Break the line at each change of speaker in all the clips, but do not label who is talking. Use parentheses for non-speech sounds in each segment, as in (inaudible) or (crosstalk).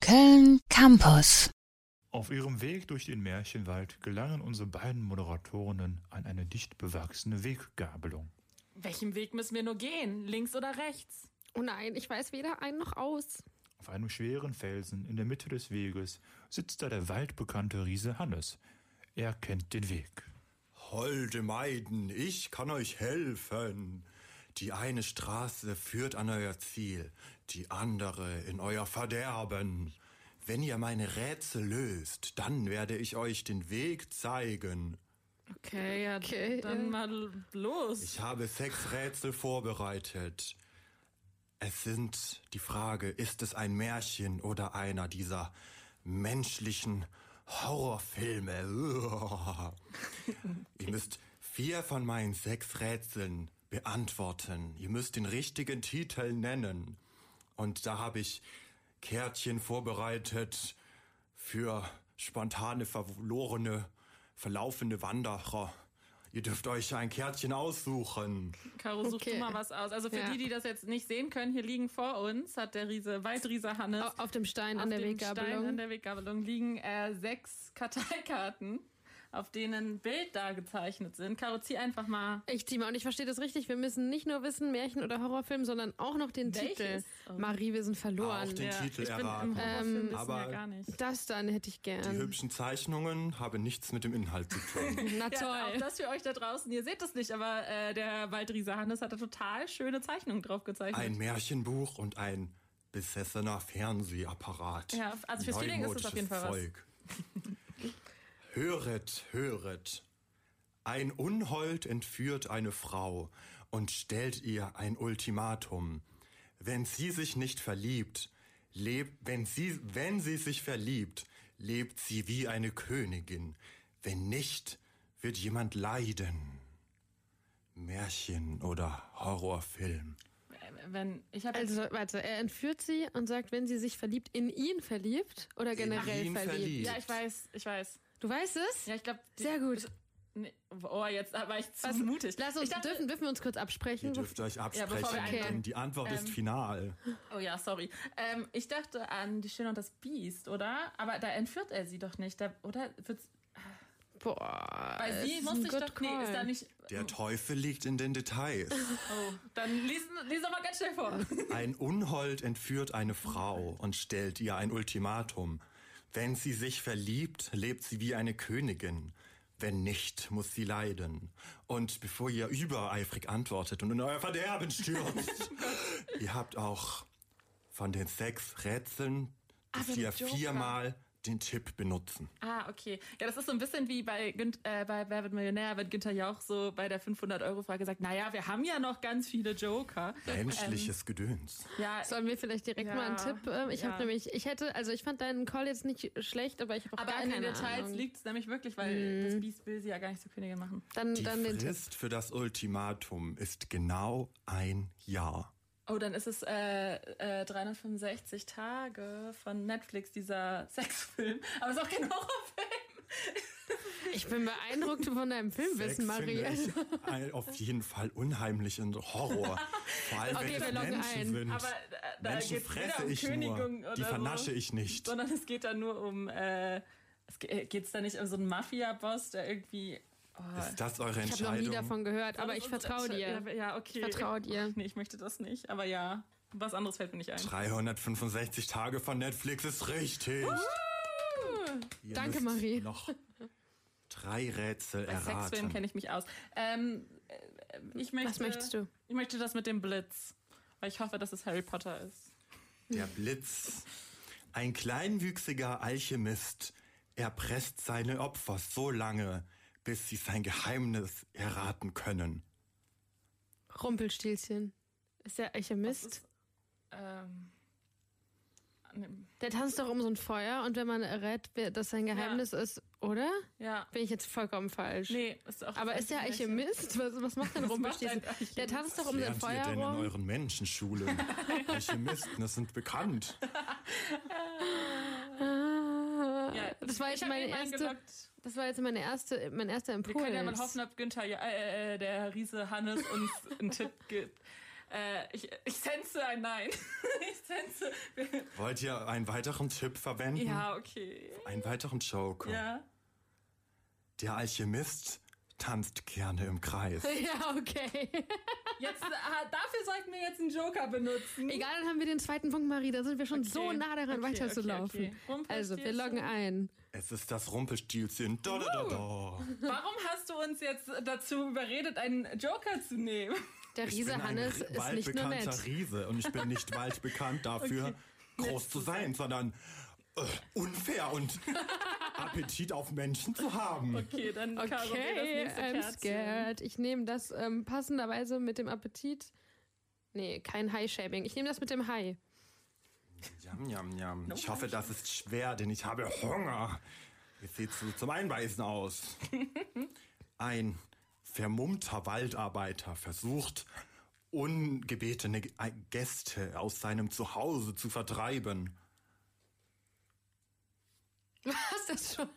Köln Campus.
Auf ihrem Weg durch den Märchenwald gelangen unsere beiden Moderatorinnen an eine dicht bewachsene Weggabelung.
Welchen Weg müssen wir nur gehen? Links oder rechts?
Oh nein, ich weiß weder ein noch aus.
Auf einem schweren Felsen in der Mitte des Weges sitzt da der waldbekannte Riese Hannes. Er kennt den Weg.
Holde Meiden, ich kann euch helfen. Die eine Straße führt an euer Ziel, die andere in euer Verderben. Wenn ihr meine Rätsel löst, dann werde ich euch den Weg zeigen.
Okay, ja,
Okay,
dann
ja.
mal los.
Ich habe sechs Rätsel vorbereitet. Es sind die Frage, ist es ein Märchen oder einer dieser menschlichen Horrorfilme? (laughs) Ihr müsst vier von meinen sechs Rätseln beantworten. Ihr müsst den richtigen Titel nennen. Und da habe ich Kärtchen vorbereitet für spontane, verlorene, verlaufende Wanderer. Ihr dürft euch ein Kärtchen aussuchen.
Caro, such du
Okay.
mal was aus. Also für
Ja.
die, die das jetzt nicht sehen können, hier liegen vor uns, hat der Riese, Waldriese Hannes
Au- Auf dem Stein an der
dem Stein an
Weggabelung.
der Weggabelung liegen äh, sechs Karteikarten, auf denen ein Bild da gezeichnet sind. Caro, zieh einfach mal.
Ich zieh mal und ich verstehe das richtig. Wir müssen nicht nur wissen, Märchen oder Horrorfilm, sondern auch noch den
Welches? Oh.
Titel. Marie, wir sind verloren.
Auch den Titel
ich bin
erraten.
im ähm,
aber-
ja gar nicht.
Das dann hätte ich
Die
gern.
hübschen Zeichnungen haben nichts mit dem Inhalt zu
(laughs)
tun.
Na
(laughs) Ja, auch
Ah, toll.
das für euch da draußen. Ihr seht das nicht, aber äh, der Waldriese Hannes hat da total schöne Zeichnungen drauf gezeichnet.
Ein Märchenbuch und ein besessener Fernsehapparat.
Ja, also fürs Feeling ist es auf jeden Fall was.
Neumodisches Volk. höret, höret. Ein Unhold entführt eine Frau und stellt ihr ein Ultimatum. Wenn sie sich nicht verliebt, lebt, wenn sie, wenn sie sich verliebt, lebt sie wie eine Königin. Wenn nicht, wird jemand leiden. Märchen oder Horrorfilm.
Äh, Wenn, ich habe
Also, warte, er entführt sie und sagt, wenn sie sich verliebt, in ihn verliebt oder generell
ihn
verliebt.
verliebt.
Ja, ich weiß, ich weiß.
Du weißt es?
Ja, ich glaube.
Sehr gut.
Nee, oh, jetzt war ich zu mutig.
Lass uns,
ich dachte,
dürfen, dürfen wir uns kurz
Ihr
absprechen?
dürft euch
bevor wir
absprechen,
eingehen.
denn die Antwort ist final.
Oh ja, sorry. Ähm, ich dachte an die Schöne und das Biest, oder? Aber da entführt er sie doch nicht. Da, oder? Wird's,
Boah.
weil
es
sie
ist
muss
ein
sich
good
doch. Nee, ist
call.
da nicht.
Der Teufel liegt in den (laughs) Details.
Oh, dann lies, lies doch mal ganz schnell
(laughs)
vor.
Ein Unhold entführt eine Frau und stellt ihr ein Ultimatum. Wenn sie sich verliebt, lebt sie wie eine Königin. Wenn nicht, muss sie leiden. Und bevor ihr übereifrig antwortet und in euer Verderben (laughs) stürzt, ihr habt auch von den sechs Rätseln, dass
wir
ihr
haben Joker.
viermal den Tipp benutzen.
Ah, okay. Ja, das ist so ein bisschen wie bei, Gün- äh, bei Wer wird Millionär, wenn Günther Jauch so bei der 500-Euro-Frage sagt, naja, wir haben ja noch ganz viele Joker.
Ähm. Menschliches Gedöns.
Ja,
Sollen wir vielleicht direkt
Ja.
mal einen Tipp? ähm, Ich
Ja.
habe nämlich, ich hätte, also ich fand deinen Call jetzt nicht schlecht, aber ich habe auch
aber
gar
an den
keine
Details
Ahnung. Mhm.
liegt es nämlich wirklich, weil das Biest will sie ja gar nicht zur Königin machen.
Dann,
Die
dann den Tipp.
Frist für das Ultimatum ist genau ein Jahr.
Oh, dann ist es äh, äh, 365 Tage von Netflix, dieser (laughs) Sexfilm. Aber es ist auch kein Horrorfilm.
Ich bin beeindruckt von deinem Filmwissen,
Sex finde
Maria.
ich ein- auf jeden Fall unheimlich und
(laughs)
Horror. Vor allem,
Okay,
wenn
wir
es
loggen
Menschen
ein.
sind.
Aber äh, da
Menschen
geht's weder
fresse
um
ich
Königung
nur,
oder
die
so,
vernasche ich nicht.
Sondern es geht da nur um, äh, es ge- äh, geht's da nicht um so einen Mafia-Boss, der irgendwie... Oh,
Ist das eure
Ich habe noch
Entscheidung?
nie davon gehört, aber
das
ich
ist-
vertraue dir.
Ja, ja okay.
Ich vertraue dir.
(laughs) Nee, ich möchte das nicht, aber ja, was anderes fällt mir nicht ein.
365 Tage von Netflix ist richtig. Ihr
Danke,
müsst
Marie.
Noch drei Rätsel
Bei Sexfilmen
erraten.
kenne ich mich aus. Ähm, äh, ich möchte,
möchtest du?
Ich möchte das mit dem Blitz, weil ich hoffe, dass es Harry Potter ist.
Der Blitz. Ein kleinwüchsiger Alchemist erpresst seine Opfer so lange, bis sie sein Geheimnis erraten können.
Rumpelstilzchen. Ist der Alchemist?
Ähm, nee,
Der tanzt doch um so ein Feuer und wenn man errät, wer- dass sein Geheimnis ist, oder?
ja.
Bin ich jetzt vollkommen falsch.
Nee, ist auch
Aber ist der Alchemist? Was, was macht denn
Was macht
Rumpelstilzchen?
ein Alchemist?
Der tanzt doch um sein
Lernt ihr
Feuer
denn in
rum.
(laughs)
euren Menschenschulen? Alchemisten, das sind bekannt.
Ja,
Ah. Das war
ich
jetzt
hab
meine
eben
erste,
eingeloggt.
das war jetzt meine erste, mein erster
Wir
Impuls.
äh,
(laughs)
können ja mal hoffen, ob Günther, ja, äh, äh, der Riese Hannes uns einen Tipp gibt. Äh, ich, ich sense ein Nein. (laughs) ich sense.
Wollt ihr einen weiteren Tipp verwenden?
Ja, okay.
Einen weiteren Joker.
Ja.
Der Alchemist tanzt gerne im Kreis.
(laughs) Ja, okay.
Jetzt, ah, dafür sollten wir jetzt einen Joker benutzen.
Egal, dann haben wir den zweiten Punkt, Marie. Da sind wir schon so nah daran,
okay,
weiterzulaufen.
okay, okay.
Also, wir
Rumpelstilzchen.
loggen ein.
Es ist das Rumpelstilzchen. Da, da, da, da.
Warum hast du uns jetzt dazu überredet, einen Joker zu
(laughs)
nehmen?
Der
Ich bin
Riese
ein
Hannes
ri-
ist nicht nur
waldbekannter
nett.
Riese und ich bin nicht weit bekannt
(laughs)
dafür, groß zu sein, sondern äh,
(laughs)
unfair und Appetit auf Menschen zu haben.
Okay, dann Caro, wähl
Okay,
das nächste
I'm
Kärtchen.
scared. Ich nehme das ähm, passenderweise mit dem Appetit. Nee, kein High-Shaming. Ich nehme das mit dem High. (laughs)
Jam, jam, jam. ich hoffe, das ist schwer, denn ich habe Hunger. Jetzt sieht's so zum
(laughs)
Einbeißen aus. Ein vermummter Waldarbeiter versucht, ungebetene G- äh, Gäste aus seinem Zuhause zu vertreiben.
Was das
(laughs)
schon?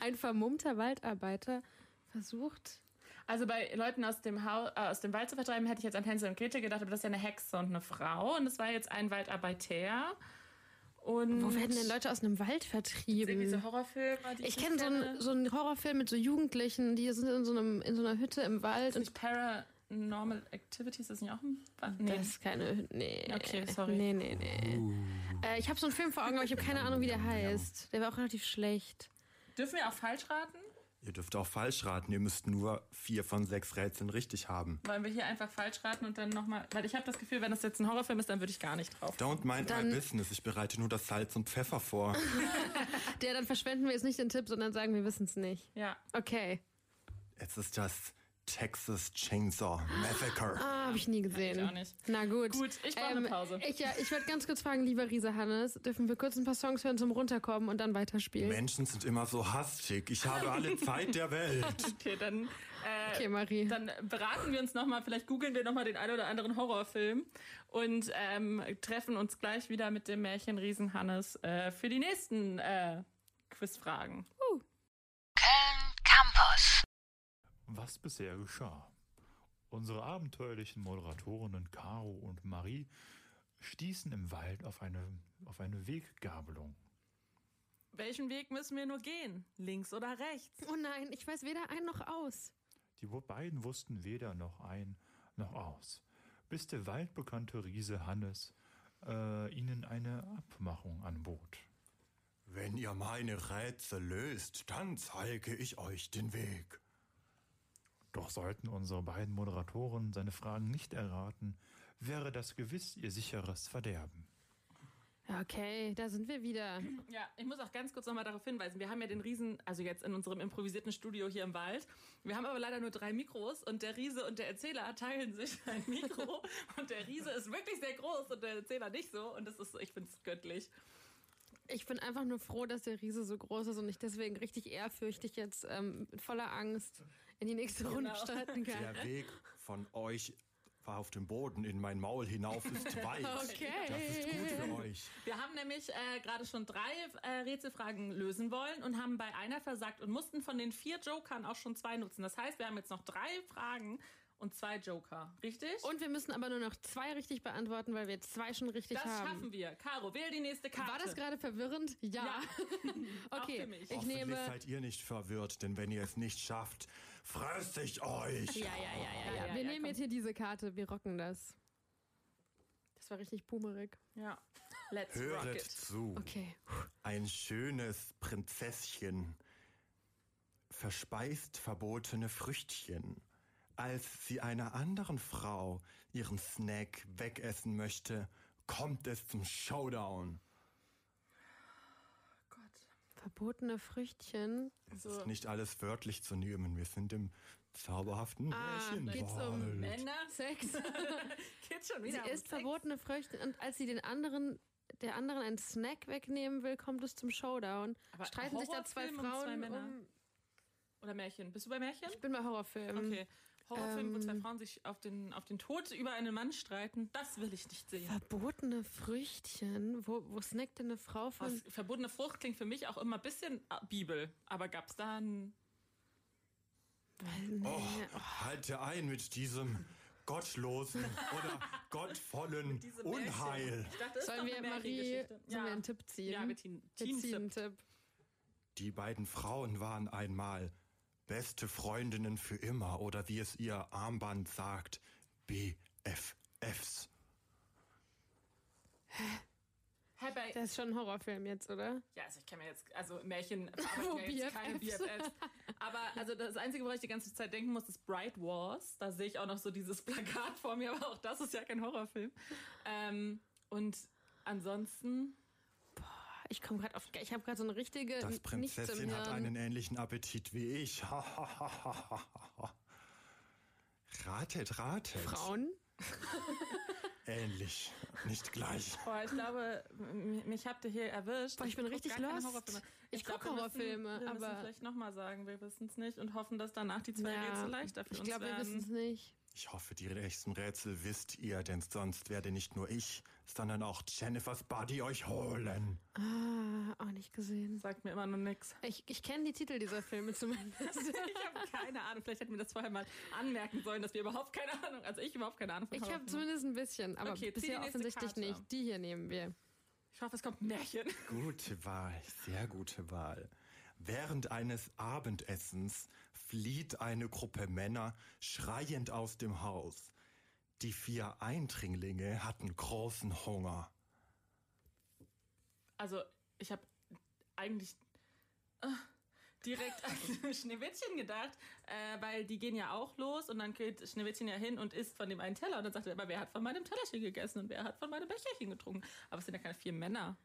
Ein vermummter Waldarbeiter versucht.
Also bei Leuten aus dem, Haus, äh, aus dem Wald zu vertreiben, hätte ich jetzt an Hänsel und Gretel gedacht, aber das ist ja eine Hexe und eine Frau. Und es war jetzt ein Waldarbeiter. Und
Wo werden denn Leute aus einem Wald
irgendwie Hm. so
vertrieben?
Horrorfilme? die
Ich
nicht
kenne so einen, so einen Horrorfilm mit so Jugendlichen, die sind in so, einem, in so einer Hütte im Wald.
Ist
Und
nicht Paranormal Activities, ist das nicht auch ein Wald? Nee.
das ist keine. Nee.
Okay, sorry.
Nee, nee, nee. Äh, ich habe so einen Film vor Augen, aber ich habe keine Ahnung, wie der heißt. Der war auch relativ schlecht.
Dürfen wir auch falsch raten?
Ihr dürft auch falsch raten, ihr müsst nur vier von sechs Rätseln richtig haben.
Wollen wir hier einfach falsch raten und dann nochmal. Weil ich habe das Gefühl, wenn das jetzt ein Horrorfilm ist, dann würde ich gar nicht drauf.
Don't mind
Dann-
my business, ich bereite nur das Salz und Pfeffer
(laughs)
vor.
Ah.
Der, dann verschwenden wir jetzt nicht den Tipp, sondern sagen, wir wissen es nicht.
Ja. (laughs)
Okay.
es ist das Texas Chainsaw Massacre.
Ah, habe ich nie gesehen.
ich auch nicht.
Na gut. Ähm,
Gut, ich brauche eine Pause.
Ich, ja, ich würde ganz kurz fragen, lieber Riese Hannes, dürfen wir kurz ein paar Songs hören zum Runterkommen und dann weiterspielen?
Menschen sind immer so hastig. Ich habe alle
(laughs)
Zeit der Welt.
Okay, dann. Äh,
Okay, Marie.
Dann beraten wir uns nochmal, vielleicht googeln wir nochmal den einen oder anderen Horrorfilm und ähm, treffen uns gleich wieder mit dem Märchen Riesenhannes äh, für die nächsten äh, Quizfragen.
Köln Campus.
was bisher geschah. Unsere abenteuerlichen Moderatorinnen Caro und Marie stießen im Wald auf eine, auf eine Weggabelung.
Welchen Weg müssen wir nur gehen? Links oder rechts?
Oh nein, ich weiß weder ein noch aus.
Die wo- beiden wussten weder noch ein noch aus, bis der waldbekannte Riese Hannes äh, ihnen eine Abmachung anbot.
Wenn ihr meine Rätsel löst, dann zeige ich euch den Weg.
Doch sollten unsere beiden Moderatoren seine Fragen nicht erraten, wäre das gewiss ihr sicheres Verderben.
Okay, da sind wir wieder.
Ja, ich muss auch ganz kurz nochmal darauf hinweisen. Wir haben ja den Riesen, also jetzt in unserem improvisierten Studio hier im Wald. Wir haben aber leider nur drei Mikros und der Riese und der Erzähler teilen sich ein (laughs) Mikro und der Riese ist wirklich sehr groß und der Erzähler nicht so und das ist, ich finde es göttlich.
Ich bin einfach nur froh, dass der Riese so groß ist und ich deswegen richtig ehrfürchtig jetzt ähm, mit voller Angst in die nächste Runde
Genau.
starten kann.
Der Weg von euch war auf dem Boden in mein Maul
(laughs)
hinauf ist weit. Das
Okay.
ist gut für euch.
Wir haben nämlich äh, gerade schon drei äh, Rätselfragen lösen wollen und haben bei einer versagt und mussten von den vier Jokern auch schon zwei nutzen. Das heißt, wir haben jetzt noch drei Fragen und zwei Joker, richtig?
Und wir müssen aber nur noch zwei richtig beantworten, weil wir jetzt zwei schon richtig
das
haben.
schaffen wir. Caro, wähl die nächste Karte.
War das gerade verwirrend? Ja.
Ja.
okay,
für mich.
ich
Hoffentlich
nehme
seid ihr nicht verwirrt, denn wenn ihr es nicht schafft, fress ich euch.
Ja, ja, ja, ja,
Ja,
ja.
ja,
Wir
ja,
nehmen
komm.
jetzt hier diese Karte, wir rocken das. Das war richtig boomerig.
Ja. Let's rock
Höret
it.
zu.
Okay.
Ein schönes Prinzesschen verspeist verbotene Früchtchen. Als sie einer anderen Frau ihren Snack wegessen möchte, kommt es zum Showdown.
Gott.
Verbotene Früchtchen.
Es
So.
ist nicht alles wörtlich zu nehmen. Wir sind im zauberhaften
Ah, geht's um
Märchenwald.
Männer, (laughs)
Sex. (laughs)
geht schon
Sie
wieder. um
isst
Sex.
verbotene Früchte und als sie den anderen, der anderen einen Snack wegnehmen will, kommt es zum Showdown.
Aber
Streiten sich da zwei
Horrorfilm und
Frauen
zwei Männer.
um.
Oder Märchen. Bist du bei Märchen?
Ich bin bei Horrorfilmen.
Okay. Horrorfilm, wo zwei
ähm,
Frauen sich auf den, auf den Tod über einen Mann streiten, das will ich nicht sehen.
Verbotene Früchtchen? Wo, wo snackt denn eine Frau von?
Was, verbotene Frucht klingt für mich auch immer ein bisschen äh, Bibel. Aber gab's da einen.
Weil- nee.
Oh, halte ein mit diesem
(laughs)
gottlosen oder gottvollen
Diese Märchen.
Unheil.
Ich dachte, das ist
Sollen
doch
wir
eine
Marie,
Märchengeschichte.
sollen wir einen Tipp ziehen?
Ja, wir ziehen
Wir
Team
ziehen einen
Tipp.
Tipp.
Die beiden Frauen waren einmal beste Freundinnen für immer oder wie es ihr Armband sagt, BFFs.
Hey, bei,
Das ist schon ein Horrorfilm jetzt, oder?
Ja, also ich kenne mir jetzt, also Märchen verarbeiten
Wo
ja jetzt keine
BFFs.
BFFs. Aber also das Einzige, woran ich die ganze Zeit denken muss, ist Bright Wars. Da sehe ich auch noch so dieses Plakat vor mir, aber auch das ist ja kein Horrorfilm. Ähm, und ansonsten,
Ich komme gerade auf. Ich habe gerade so eine richtige.
Das
Nichts im
Prinzessin hat
Hirn.
einen ähnlichen Appetit wie ich. (laughs) ratet, ratet.
Frauen.
Ähnlich, nicht gleich.
boah, ich glaube, m- mich habt ihr hier erwischt.
Boah, ich bin
guck
richtig
gar keine
lost.
Horrorfilme.
Ich
glaub,
guck
wir müssen-
Horrorfilme,
Wir müssen
aber-
vielleicht nochmal sagen, wir wissen es nicht und hoffen, dass danach die zwei Rätsel leichter für
ich
uns
glaube, wir
werden.
wissen es nicht.
Ich hoffe, die nächsten Rätsel wisst ihr, denn sonst werde nicht nur ich, sondern auch Jennifers Buddy euch holen.
Ah, auch nicht gesehen.
Sagt mir immer noch nichts.
Ich, ich kenne die Titel dieser Filme zumindest.
(laughs) Ich habe keine Ahnung. Vielleicht hätten wir das vorher mal anmerken sollen, dass wir überhaupt keine Ahnung, also ich überhaupt keine Ahnung von
Ich habe
Horrorfilmen
zumindest ein bisschen, aber
Okay, zieh die
bisher
nächste
offensichtlich
Karte.
nicht. Die hier nehmen wir.
Ich hoffe, es kommt ein Märchen.
Gute Wahl, sehr gute Wahl. Während eines Abendessens flieht eine Gruppe Männer schreiend aus dem Haus. Die vier Eindringlinge hatten großen Hunger.
Also, ich habe eigentlich ah, direkt an (laughs) Schneewittchen gedacht, äh, weil die gehen ja auch los und dann geht Schneewittchen ja hin und isst von dem einen Teller und dann sagt er, aber wer hat von meinem Tellerchen gegessen und wer hat von meinem Becherchen getrunken? Aber es sind ja keine vier Männer.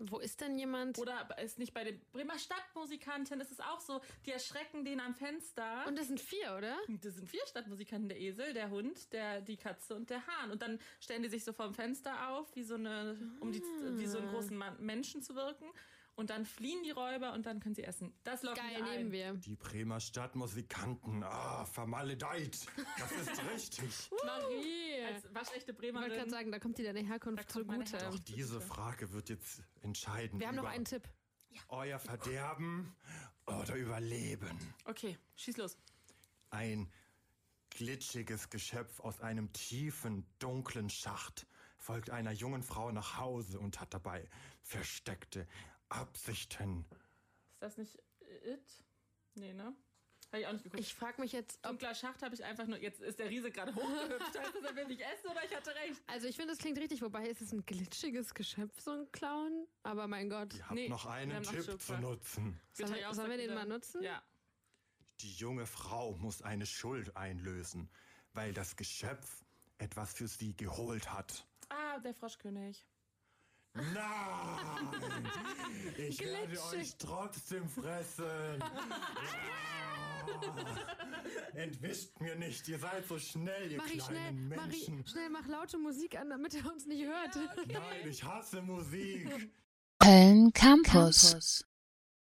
Wo ist denn jemand?
Oder ist nicht bei den Bremer Stadtmusikanten, ist es auch so, die erschrecken den am Fenster.
Und das sind vier, oder?
Das sind vier Stadtmusikanten, der Esel, der Hund, der, die Katze und der Hahn. Und dann stellen die sich so vom Fenster auf, wie so, eine, um die, wie so
Ah.
einen großen Mann, Menschen zu wirken. Und dann fliehen die Räuber und dann können sie essen. Das locken
Geil,
wir ein.
nehmen wir.
Die Bremer Stadtmusikanten, ah, vermaledeit. Das
(laughs)
ist richtig.
Marie!
Als waschechte
ich wollte gerade
Bremerin.
sagen, da kommt dir deine Herkunft
Da kommt meine
zugute.
Doch
Herkunft.
diese Frage wird jetzt entscheiden.
Wir haben noch
über
einen Tipp.
Euer Verderben oder Überleben.
Okay, schieß los.
Ein glitschiges Geschöpf aus einem tiefen, dunklen Schacht folgt einer jungen Frau nach Hause und hat dabei versteckte Absichten.
Ist das nicht it? Nee, ne? Habe ich auch nicht geguckt.
Ich frage mich jetzt, ob.
Dunkler Schacht habe ich einfach nur. Jetzt ist der Riese gerade
(laughs)
hochgehüpft. heißt das, er will mich essen oder ich hatte recht?
Also, ich finde, das klingt richtig. Wobei, ist es ein glitschiges Geschöpf, so ein Clown? Aber mein Gott.
Ihr habt
Nee,
noch
wir haben
einen
noch
Tipp
Schubfahrt.
zu nutzen.
Sollen,
Gitter, ja,
sollen wir
sag
den
wieder.
mal nutzen?
Ja.
Die junge Frau muss eine Schuld einlösen, weil das Geschöpf etwas für sie geholt hat.
Ah, der Froschkönig.
Nein! Ich werde euch trotzdem fressen! Ah! Entwischt mir nicht, ihr seid so schnell, ihr
Marie, schnell,
kleinen
Marie,
Menschen.
schnell, mach laute Musik an, damit er uns nicht hört.
Nein, ich hasse Musik.
Köln Campus.